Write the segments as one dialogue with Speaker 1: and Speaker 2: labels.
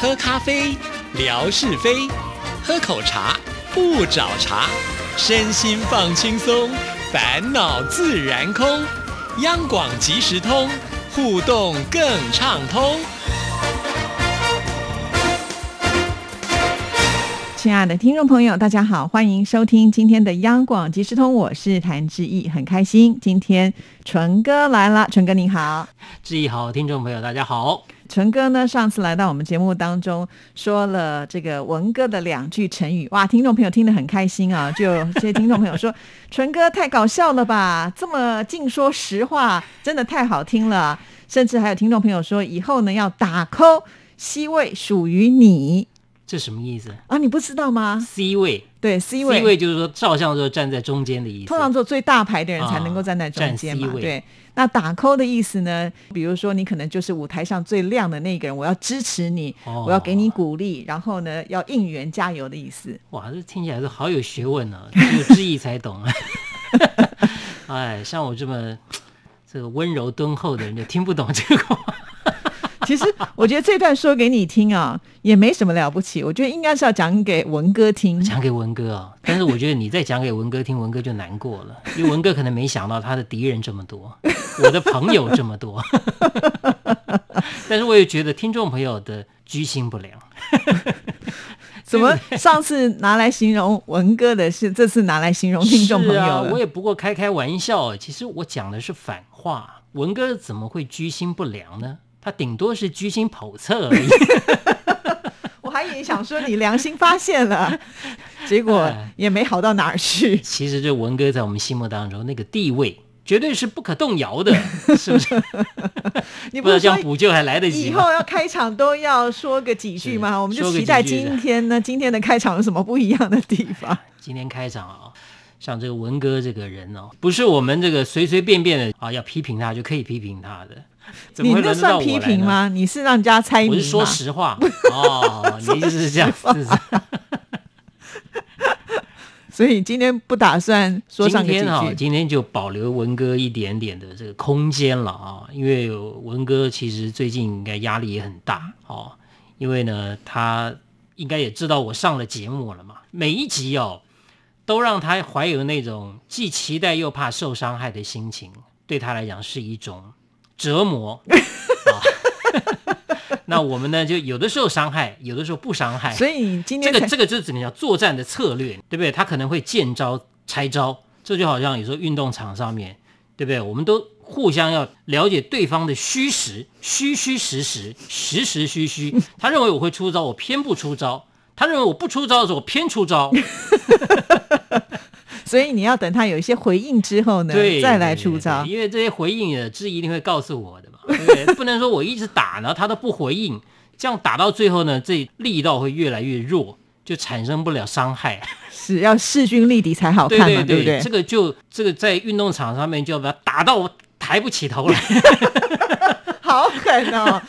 Speaker 1: 喝咖啡，聊是非；喝口茶，不找茬。身心放轻松，烦恼自然空。央广即时通，互动更畅通。
Speaker 2: 亲爱的听众朋友，大家好，欢迎收听今天的央广即时通，我是谭志毅，很开心今天纯哥来了，纯哥你好，
Speaker 3: 志毅好，听众朋友大家好。
Speaker 2: 纯哥呢，上次来到我们节目当中，说了这个文哥的两句成语，哇，听众朋友听得很开心啊！就有些听众朋友说，纯哥太搞笑了吧，这么尽说实话，真的太好听了。甚至还有听众朋友说，以后呢要打 call C 位属于你
Speaker 3: 这什么意思
Speaker 2: 啊，你不知道吗？
Speaker 3: ？C 位
Speaker 2: 对，C 位
Speaker 3: 就是说照相的时候站在中间的意思。
Speaker 2: 通常做最大牌的人才能够
Speaker 3: 啊
Speaker 2: 站在中
Speaker 3: 占
Speaker 2: 间
Speaker 3: C
Speaker 2: 嘛，
Speaker 3: 位
Speaker 2: 对。那打 call 的意思呢？比如说，你可能就是舞台上最亮的那个人，我要支持你，
Speaker 3: 哦
Speaker 2: 我要给你鼓励，然后呢，要应援加油的意思。
Speaker 3: 哇，这听起来是好有学问啊呢、只有志毅才懂 啊。哎，像我这么这个温柔敦厚的人就听不懂这个话。
Speaker 2: 其实我觉得这段说给你听啊，也没什么了不起。我觉得应该是要讲给文哥听。
Speaker 3: 讲给文哥啊、但是我觉得你再讲给文哥听，文哥就难过 了，因为文哥可能没想到他的敌人这么多，我的朋友这么多。 但是我也觉得听众朋友的居心不良，
Speaker 2: 怎么上次拿来形容文哥的是，这次拿来形容听众朋友
Speaker 3: 是啊，我
Speaker 2: 了？
Speaker 3: 也不过开开玩笑，哦其实我讲的是反话。文哥怎么会居心不良呢？他顶多是居心叵测而已。
Speaker 2: 我还以为想说你良心发现 了，结果
Speaker 3: 哎
Speaker 2: 也没好到哪儿去。
Speaker 3: 其实这文哥在我们心目当中那个地位，绝对是不可动摇的，是不是？
Speaker 2: 你
Speaker 3: 不知道
Speaker 2: 不
Speaker 3: 这
Speaker 2: 是说
Speaker 3: 样补救还来得及
Speaker 2: 以
Speaker 3: 吗？
Speaker 2: 后要开场都要说个几句嘛，
Speaker 3: 是
Speaker 2: 我们就
Speaker 3: 说个
Speaker 2: 期待
Speaker 3: 几句的
Speaker 2: 今天呢，今天的开场有什么不一样的地方？
Speaker 3: 今天开场啊，像这个文哥这个人哦，不是我们这个随随便便的啊，要批评他就可以批评他的， 怎
Speaker 2: 你
Speaker 3: 么会
Speaker 2: 那
Speaker 3: 轮得到
Speaker 2: 算
Speaker 3: 我
Speaker 2: 批
Speaker 3: 来
Speaker 2: 评
Speaker 3: 呢？
Speaker 2: 吗？你是让人家猜谜
Speaker 3: 我是说
Speaker 2: 吗？
Speaker 3: 实 话哦，你意思是这样，是不是？
Speaker 2: 所以今天不打算说上个
Speaker 3: 今
Speaker 2: 几
Speaker 3: 天啊，
Speaker 2: 句。
Speaker 3: 今天就保留文哥一点点的这个空间了啊，因为文哥其实最近应该压力也很大哦，因为呢，他应该也知道我上了节目了嘛，每一集哦，都让他怀有那种既期待又怕受伤害的心情，对他来讲是一种折磨。啊 那我们呢，就有的时候伤害，有的时候不伤害。
Speaker 2: 所以你今
Speaker 3: 哎这
Speaker 2: 天才
Speaker 3: 个这个就是怎么讲作战的策略，对不对？他可能会见招拆招，这就好像有时候运动场上面，对不对？我们都互相要了解对方的虚实，虚虚实实，实实虚 虚。他认为我会出招，我偏不出招；他认为我不出招的时候，我偏出招。
Speaker 2: 所以你要等他有一些回应之后呢，
Speaker 3: 对，
Speaker 2: 再来
Speaker 3: 对
Speaker 2: 出
Speaker 3: 对
Speaker 2: 招
Speaker 3: 对。因为这些回应呃，志毅一定会告诉我的嘛，对不对？不能说我一直打，然后他都不回应，这样打到最后呢，这力道会越来越弱，就产生不了伤害。
Speaker 2: 是要势均力敌才好
Speaker 3: 对
Speaker 2: 哦看嘛，
Speaker 3: 对
Speaker 2: 不对
Speaker 3: 这？个就这个在运动场上面就要把它打到我抬不起 头来。
Speaker 2: 好狠哦！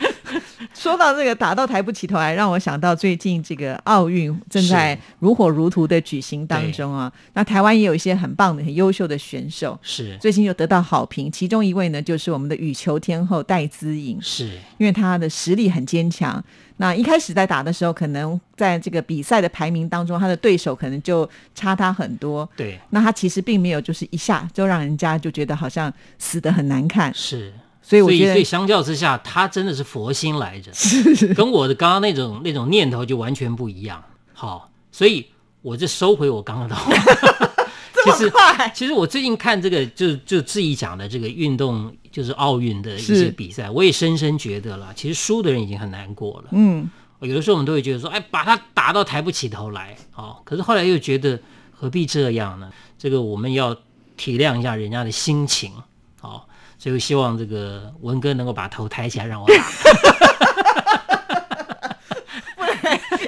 Speaker 2: 说到这个打到抬不起头来，让我想到最近这个奥运正在
Speaker 3: 是
Speaker 2: 如火如荼的举行当中啊。那台湾也有一些很棒的、很优秀的选手，
Speaker 3: 是
Speaker 2: 最近又得到好评。其中一位呢，就是我们的羽球天后戴资颖，
Speaker 3: 是，
Speaker 2: 因为她的实力很坚强。那一开始在打的时候，可能在这个比赛的排名当中，她的对手可能就差她很多。
Speaker 3: 对
Speaker 2: 那她其实并没有就是一下就让人家就觉得好像死得很难看，
Speaker 3: 是。
Speaker 2: 所以我
Speaker 3: 所以
Speaker 2: 觉得
Speaker 3: 所以相较之下，他真的是佛心来 着，跟我的刚刚那种那种念头就完全不一样。好，所以我就收回我刚刚的 话。其
Speaker 2: 这么
Speaker 3: 实
Speaker 2: 快。
Speaker 3: 其实我最近看这个，就就志毅讲的这个运动，就是奥运的一
Speaker 2: 是
Speaker 3: 些比赛，我也深深觉得啦，其实输的人已经很难过了。
Speaker 2: 嗯，
Speaker 3: 有的时候我们都会觉得说，哎，把他打到抬不起头来，哦，可是后来又觉得何必这样呢？这个我们要体谅一下人家的心情，哦，所以我希望这个文哥能够把头抬起来让我 打。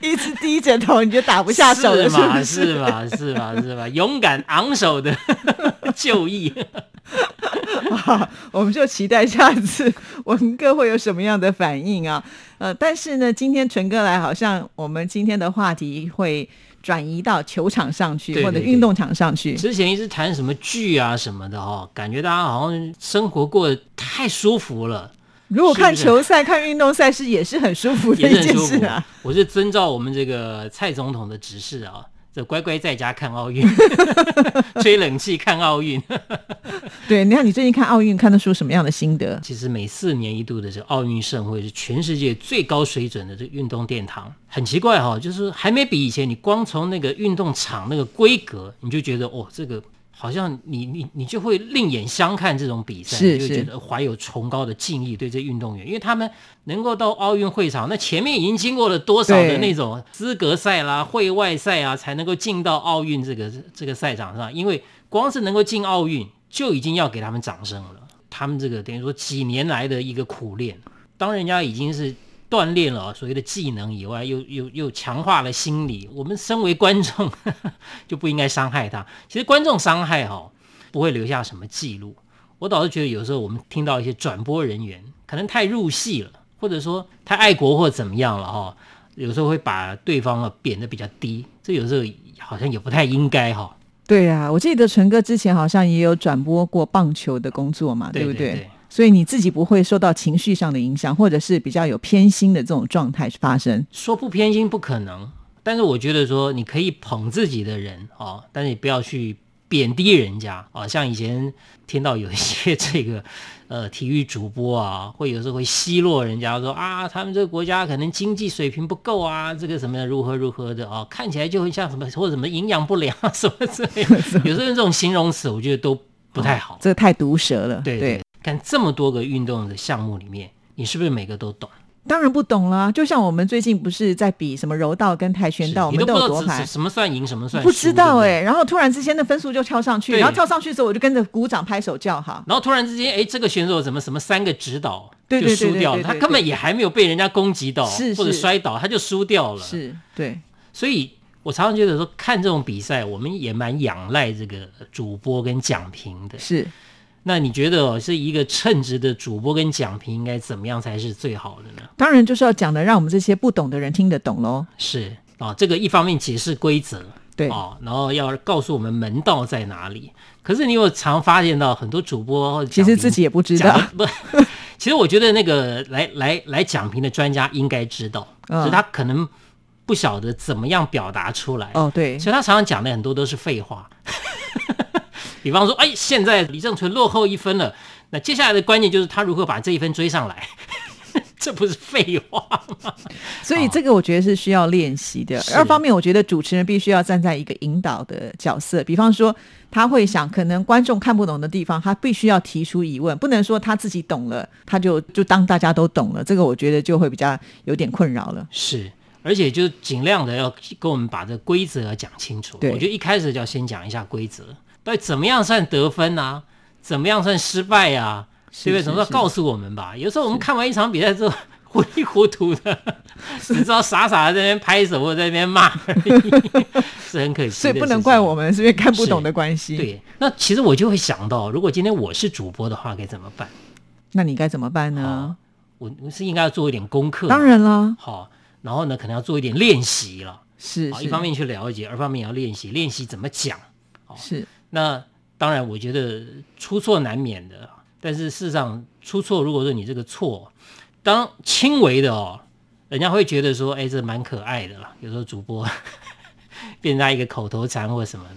Speaker 2: 一直低着头，你就打不下手了，
Speaker 3: 是
Speaker 2: 是不
Speaker 3: 吗？
Speaker 2: 是？
Speaker 3: 是吗？是吗？是吗？勇敢昂首的 就义，
Speaker 2: 好我们就期待下次文哥会有什么样的反应啊？呃，但是呢，今天纯哥来，好像我们今天的话题会转移到球场上去，
Speaker 3: 对对
Speaker 2: 或者
Speaker 3: 对
Speaker 2: 运动场上去。
Speaker 3: 之前一直谈什么剧啊什么的哦，感觉大家好像生活过得太舒服了。
Speaker 2: 如果看
Speaker 3: 是不是
Speaker 2: 球赛、看运动赛事也是很舒服的
Speaker 3: 也是
Speaker 2: 一
Speaker 3: 很
Speaker 2: 件
Speaker 3: 舒
Speaker 2: 事
Speaker 3: 服
Speaker 2: 啊。。
Speaker 3: 我是遵照我们这个蔡总统的指示啊，这乖乖在家看奥运， 吹冷气看奥运。
Speaker 2: 对，你看你最近看奥运，看得出什么样的心得？
Speaker 3: 其实每四年一度的这个奥运盛会是全世界最高水准的这个运动殿堂。很奇怪哈、就是还没比以前，你光从那个运动场那个规格，你就觉得哦，这个好像你你你就会另眼相看这种比赛，
Speaker 2: 是
Speaker 3: 你就会
Speaker 2: 是
Speaker 3: 觉得怀有崇高的敬意对这运动员，因为他们能够到奥运会场，那前面已经经过了多少
Speaker 2: 对
Speaker 3: 的那种资格赛啦、会外赛啊，才能够进到奥运这个这个赛场上，因为光是能够进奥运就已经要给他们掌声了。他们这个等于说几年来的一个苦练，当人家已经是锻炼了所谓的技能以外，又又又强化了心理，我们身为观众 就不应该伤害他。其实观众伤害哦，不会留下什么记录。我倒是觉得有时候我们听到一些转播人员可能太入戏了，或者说太爱国或怎么样了哈、有时候会把对方啊贬得比较低，这有时候好像也不太应该哈、
Speaker 2: 对啊，我记得陈哥之前好像也有转播过棒球的工作嘛，
Speaker 3: 对
Speaker 2: 不
Speaker 3: 对对
Speaker 2: 所以你自己不会受到情绪上的影响，或者是比较有偏心的这种状态发生。
Speaker 3: 说不偏心不可能，但是我觉得说你可以捧自己的人哦，但是你不要去贬低人家哦。像以前听到有一些这个呃体育主播啊，会有时候会奚落人家说啊，他们这个国家可能经济水平不够啊，这个什么如何如何的哦，看起来就很像什么或者什么营养不良啊什么之类 的，有时候这种形容词我觉得都不太好。
Speaker 2: 这太毒舌了。
Speaker 3: 对对，看这么多个运动的项目里面，你是不是每个都懂？
Speaker 2: 当然不懂啦。就像我们最近不是在比什么柔道跟跆拳道，我
Speaker 3: 是
Speaker 2: 们
Speaker 3: 你
Speaker 2: 都
Speaker 3: 都不
Speaker 2: 有
Speaker 3: 知道
Speaker 2: 夺牌
Speaker 3: 什。什么算赢，什么算
Speaker 2: 不
Speaker 3: 输
Speaker 2: 知道
Speaker 3: 对
Speaker 2: 哎、
Speaker 3: 对
Speaker 2: 然后突然之间的分数就跳上去，
Speaker 3: 对
Speaker 2: 然后跳上去的时候，我就跟着鼓掌拍手叫好。
Speaker 3: 然后突然之间，哎，这个选手怎么什么三个指导
Speaker 2: 对
Speaker 3: 就
Speaker 2: 对对
Speaker 3: 输
Speaker 2: 对
Speaker 3: 掉
Speaker 2: 对
Speaker 3: 了，他
Speaker 2: 对
Speaker 3: 根
Speaker 2: 对
Speaker 3: 本也还没有被人家攻击到
Speaker 2: 是
Speaker 3: 或者
Speaker 2: 是
Speaker 3: 摔倒，他就输掉了。，
Speaker 2: 是，对，
Speaker 3: 所以我常常觉得说，看这种比赛，我们也蛮仰赖这个主播跟讲评的。
Speaker 2: 是
Speaker 3: 那你觉得哦，是一个称职的主播跟讲评应该怎么样才是最好的呢？
Speaker 2: 当然就是要讲的，让我们这些不懂的人听得懂喽。
Speaker 3: 是啊、这个一方面解释规则，
Speaker 2: 对，
Speaker 3: 哦，然后要告诉我们门道在哪里。可是你有常发现到很多主播或者
Speaker 2: 其
Speaker 3: 讲
Speaker 2: 实
Speaker 3: 评
Speaker 2: 自己也不知
Speaker 3: 讲
Speaker 2: 道
Speaker 3: 的。不， 其实我觉得那个来来来讲评的专家应该知道，
Speaker 2: 嗯
Speaker 3: 只是他可能不晓得怎么样表达出来，
Speaker 2: 哦，对，
Speaker 3: 所以他常常讲的很多都是废话。 比方说，哎，现在李正淳落后一分了，那接下来的关键就是他如何把这一分追上来， 这不是废话吗？
Speaker 2: 所以这个我觉得是需要练习的。
Speaker 3: 哦是
Speaker 2: 二方面，我觉得主持人必须要站在一个引导的角色，比方说他会想，可能观众看不懂的地方，他必须要提出疑问，不能说他自己懂了，他就就当大家都懂了。这个我觉得就会比较有点困扰了。
Speaker 3: 是，而且就尽量的要跟我们把这规则讲清楚。
Speaker 2: 对
Speaker 3: 我觉得一开始就要先讲一下规则，到底怎么样算得分啊？怎么样算失败啊？对不对？
Speaker 2: 是
Speaker 3: 总是要
Speaker 2: 是
Speaker 3: 告诉我们吧。有时候我们看完一场比赛之后， 糊里糊涂 的，只知道傻傻的在那边拍手或者在那边骂 而已，是很可惜的事情。
Speaker 2: 所以不能怪我们，是因为看不懂的关系。，
Speaker 3: 对，那其实我就会想到，如果今天我是主播的话，该怎么办？
Speaker 2: 那你该怎么办呢？
Speaker 3: 我我哦是应该要做一点功课，
Speaker 2: 当然啦，
Speaker 3: 好、然后呢，可能要做一点练习了。
Speaker 2: 是
Speaker 3: 好，
Speaker 2: 是
Speaker 3: 一方面哦去了解，二方面也要练习，练习怎么讲。
Speaker 2: 是
Speaker 3: 那当然，我觉得出错难免的，啊但是事实上出错，如果说你这个错，当轻微的哦，人家会觉得说，哎，这蛮可爱的啦。有时候主播 变他一个口头禅或什么的，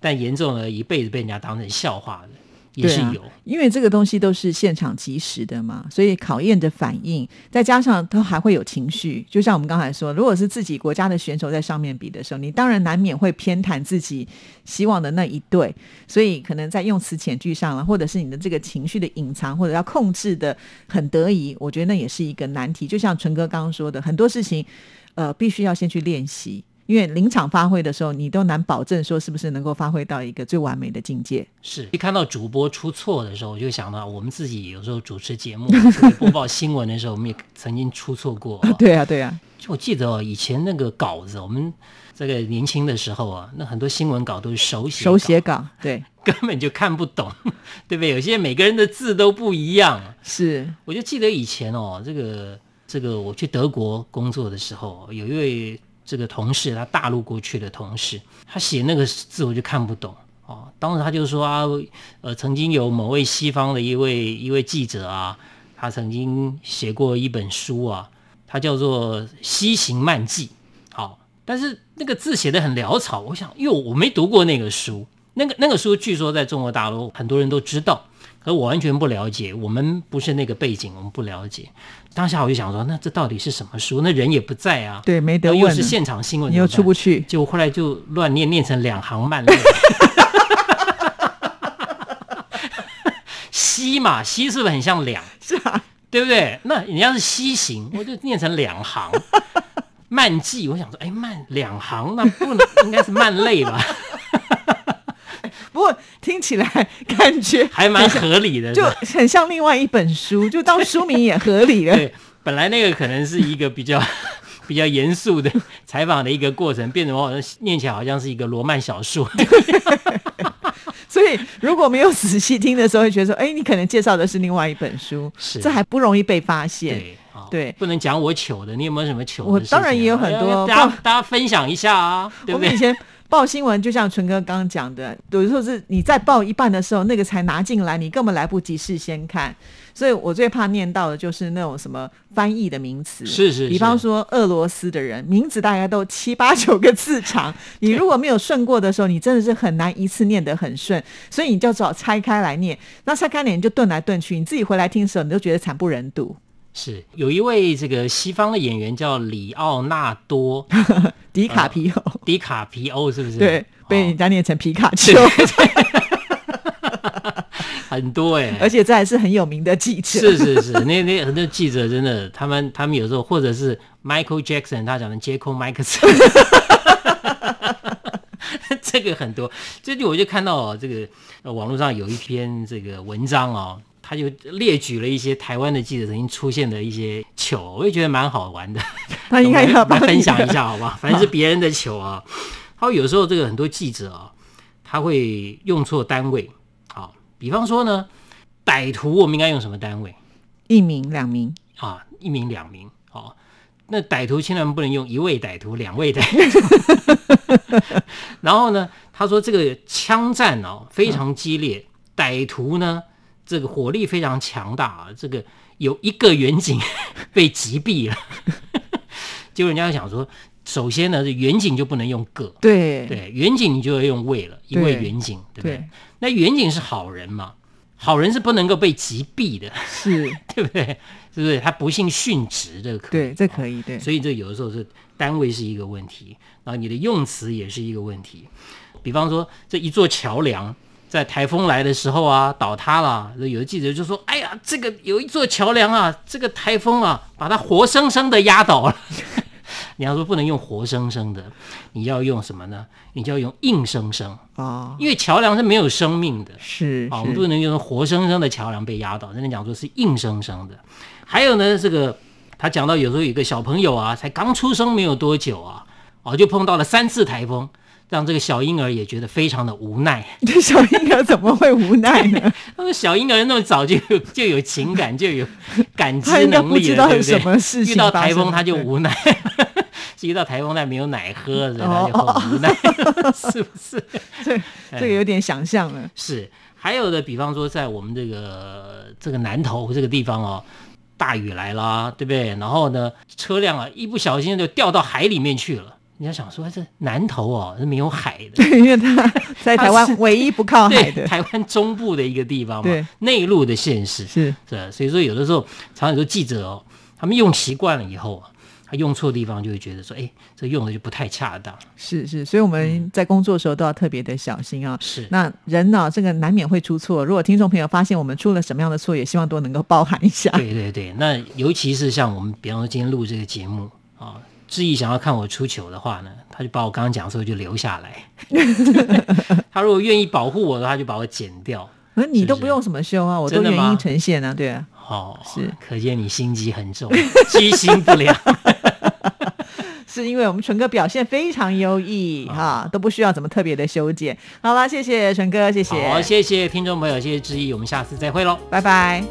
Speaker 3: 但严重了一辈子被人家当成笑话的也
Speaker 2: 对
Speaker 3: 是
Speaker 2: 啊
Speaker 3: 有。
Speaker 2: 因为这个东西都是现场即时的嘛，所以考验着反应，再加上它还会有情绪。就像我们刚才说，如果是自己国家的选手在上面比的时候，你当然难免会偏袒自己希望的那一队，所以可能在用词遣句上了，啊或者是你的这个情绪的隐藏或者要控制的很得宜，我觉得那也是一个难题。就像纯哥刚刚说的，很多事情，呃，必须要先去练习。因为临场发挥的时候，你都难保证说是不是能够发挥到一个最完美的境界。
Speaker 3: 是一看到主播出错的时候，我就想到我们自己有时候主持节 目、或者播报新闻的时候，我们也曾经出错过、哦。
Speaker 2: 对啊，对啊，
Speaker 3: 就我记得哦，以前那个稿子，我们这个年轻的时候啊，那很多新闻稿都是手写，
Speaker 2: 手写，稿，对，
Speaker 3: 根本就看不懂，对不对？有些每个人的字都不一样。
Speaker 2: 是
Speaker 3: 我就记得以前哦，这个这个我去德国工作的时候，有一位这个同事，他大陆过去的同事，他写那个字我就看不懂。哦，当时他就说啊，呃，曾经有某位西方的一位一位记者啊，他曾经写过一本书啊，它叫做《西行漫记》。好，但是那个字写的很潦草，我想，因为我没读过那个书，那个那个书据说在中国大陆很多人都知道，可我完全不了解，我们不是那个背景，我们不了解。当下我就想说，那这到底是什么书？那人也不在啊，
Speaker 2: 对，没得
Speaker 3: 那又
Speaker 2: 问
Speaker 3: 是，现场新闻，
Speaker 2: 你哦又
Speaker 3: 怎么办
Speaker 2: 出不去。
Speaker 3: 就后来就乱念，念成两行慢练。 西嘛，西是不是很像两？
Speaker 2: 是啊，
Speaker 3: 对不对？那人家是西行，我就念成两行。慢记，我想说，哎，慢两行，那不能应该是慢累吧？
Speaker 2: 不过听起来感 觉
Speaker 3: 还蛮合理的。
Speaker 2: 就是
Speaker 3: 吧
Speaker 2: 很像另外一本 书，就当书名也合理了。
Speaker 3: 对，本来那个可能是一个比较 比较严肃的采访的一个过程，变成我好像念起来好像是一个罗曼小说。
Speaker 2: 所以如果没有仔细听的时候，会觉得说，哎，你可能介绍的是另外一本书，
Speaker 3: 是
Speaker 2: 这还不容易被发现。
Speaker 3: 对，好
Speaker 2: 对
Speaker 3: 啊不能讲我糗的，你有没有什么糗的
Speaker 2: 我
Speaker 3: 事
Speaker 2: 当然
Speaker 3: 情啊
Speaker 2: 也有很
Speaker 3: 哎呀
Speaker 2: 多
Speaker 3: 大
Speaker 2: 不
Speaker 3: 家大家分享一下啊，对
Speaker 2: 我
Speaker 3: 不
Speaker 2: 们以
Speaker 3: 对？
Speaker 2: 前报新闻，就像纯哥刚刚讲的，有的时候是你在报一半的时候，那个才拿进来，你根本来不及事先看。所以我最怕念到的就是那种什么翻译的名词，
Speaker 3: 是是
Speaker 2: 比方说俄罗斯的人名字大概都七八九个 字长，你如果没有顺过的时候，你真的是很难一次念得很顺，所以你就只好拆开来念。那拆开来你就顿来顿去，你自己回来听的时候，你都觉得惨不忍睹。
Speaker 3: 是有一位这个西方的演员叫里奥纳多
Speaker 2: 迪卡皮欧，
Speaker 3: 迪卡皮欧，啊是不是？
Speaker 2: 对，被人
Speaker 3: 哦、
Speaker 2: 家念成皮卡丘，
Speaker 3: 很多哎、
Speaker 2: 而且这还是很有名的记 者。
Speaker 3: 是是是，那那很多记者真的，他们他们有时候或者是 Michael Jackson，他讲的 j a c o Michaelson，这个很多。最近我就看到、哦、这个、呃网络上有一篇这个文章哦，他就列举了一些台湾的记者曾经出现的一些糗，我也觉得蛮好玩的。
Speaker 2: 他应该
Speaker 3: 我们
Speaker 2: 要
Speaker 3: 来
Speaker 2: 帮你
Speaker 3: 分享一
Speaker 2: 的。
Speaker 3: 下，好不 好？反正是别人的球啊。他有时候这个很多记者啊，他会用错单位。好，比方说呢，歹徒我们应该用什么单位
Speaker 2: 一名两名，
Speaker 3: 啊？一名、两名。好，那歹徒千万不能用一位歹徒、两位歹徒。 然后呢，他说这个枪战哦非常激烈，歹徒呢这个火力非常强大啊，这个有一个远景 被击毙了。 结果人家就想说，首先呢，远景就不能用个，
Speaker 2: 对
Speaker 3: 对，远景你就要用位了，因为
Speaker 2: 对
Speaker 3: 远景，对不对
Speaker 2: 对？
Speaker 3: 那远景是好人嘛，好人是不能够被击毙的，
Speaker 2: 是，
Speaker 3: 对不对？是不是？他不幸殉职这个可
Speaker 2: 对，这可
Speaker 3: 以
Speaker 2: 以，对
Speaker 3: 哦。所以这有的时候是单位是一个问题，然后你的用词也是一个问题。比方说，这一座桥梁在台风来的时候啊倒塌了，有的记者就说：“哎呀，这个有一座桥梁啊，这个台风啊，把它活生生的压倒了。” 你要说不能用活生生的，你要用什么呢？你就要用硬生生，
Speaker 2: 哦，
Speaker 3: 因为桥梁是没有生命的。
Speaker 2: 是
Speaker 3: 啊，我们
Speaker 2: 是
Speaker 3: 不能用活生生的桥梁被压倒，真的讲说是硬生生的。还有呢，这个他讲到有时候有一个小朋友啊，才刚出生没有多久啊，哦，就碰到了三次台风，让这个小婴儿也觉得非常的无奈。
Speaker 2: 这小婴儿怎么会无奈呢？
Speaker 3: 他说小婴儿那么早就有就有情感，就有感知
Speaker 2: 他应该
Speaker 3: 能
Speaker 2: 不
Speaker 3: 力
Speaker 2: 知
Speaker 3: 了，
Speaker 2: 道
Speaker 3: 对
Speaker 2: 有
Speaker 3: 不
Speaker 2: 什
Speaker 3: 对？
Speaker 2: 么事情
Speaker 3: 遇到
Speaker 2: 发
Speaker 3: 台风
Speaker 2: 生
Speaker 3: 他就
Speaker 2: 对
Speaker 3: 无奈， 是遇到台风但没有奶喝，所以他
Speaker 2: 哦
Speaker 3: 就很无奈， 是不是？
Speaker 2: 对，这个有点想象了。
Speaker 3: 是，还有的，比方说在我们这个这个南头这个地方哦，大雨来啦，对不对？然后呢，车辆啊一不小心就掉到海里面去了。你要想说这南头哦是没有海的，
Speaker 2: 对，因 为他在台湾唯一不靠海
Speaker 3: 对，
Speaker 2: 的，
Speaker 3: 台湾中部的一个地方
Speaker 2: 对
Speaker 3: 嘛，内陆的县市
Speaker 2: 是
Speaker 3: 对，所以说有的时候，常常有记者哦，他们用习惯了以后啊，他用错地方就会觉得说，哎，这用的就不太恰当。
Speaker 2: 是是，所以我
Speaker 3: 嗯
Speaker 2: 们在工作的时候都要特别的小心啊。
Speaker 3: 是
Speaker 2: 那人呢、这个难免会出错。如果听众朋友发现我们出了什么样的错，也希望都能够包涵一下。
Speaker 3: 对对对，那尤其是像我们，比方说今天录这个节目啊，志毅想要看我出糗的话呢，他就把我刚刚讲的时候就留下来。 他如果愿意保护我的话，就把我剪掉。
Speaker 2: 那你
Speaker 3: 是
Speaker 2: 都
Speaker 3: 不
Speaker 2: 不
Speaker 3: 是
Speaker 2: 用什么修啊，我都
Speaker 3: 真的
Speaker 2: 原
Speaker 3: 吗
Speaker 2: 音呈现啊，对啊。
Speaker 3: 哦，
Speaker 2: 是，
Speaker 3: 可见你心机很重， 居心不良。
Speaker 2: 是因为我们纯哥表现非常优异哈，都不需要怎么特别的修剪。好啦，谢谢纯哥，谢谢，
Speaker 3: 好，谢谢听众朋友，谢谢志毅，我们下次再会喽。
Speaker 2: 拜拜。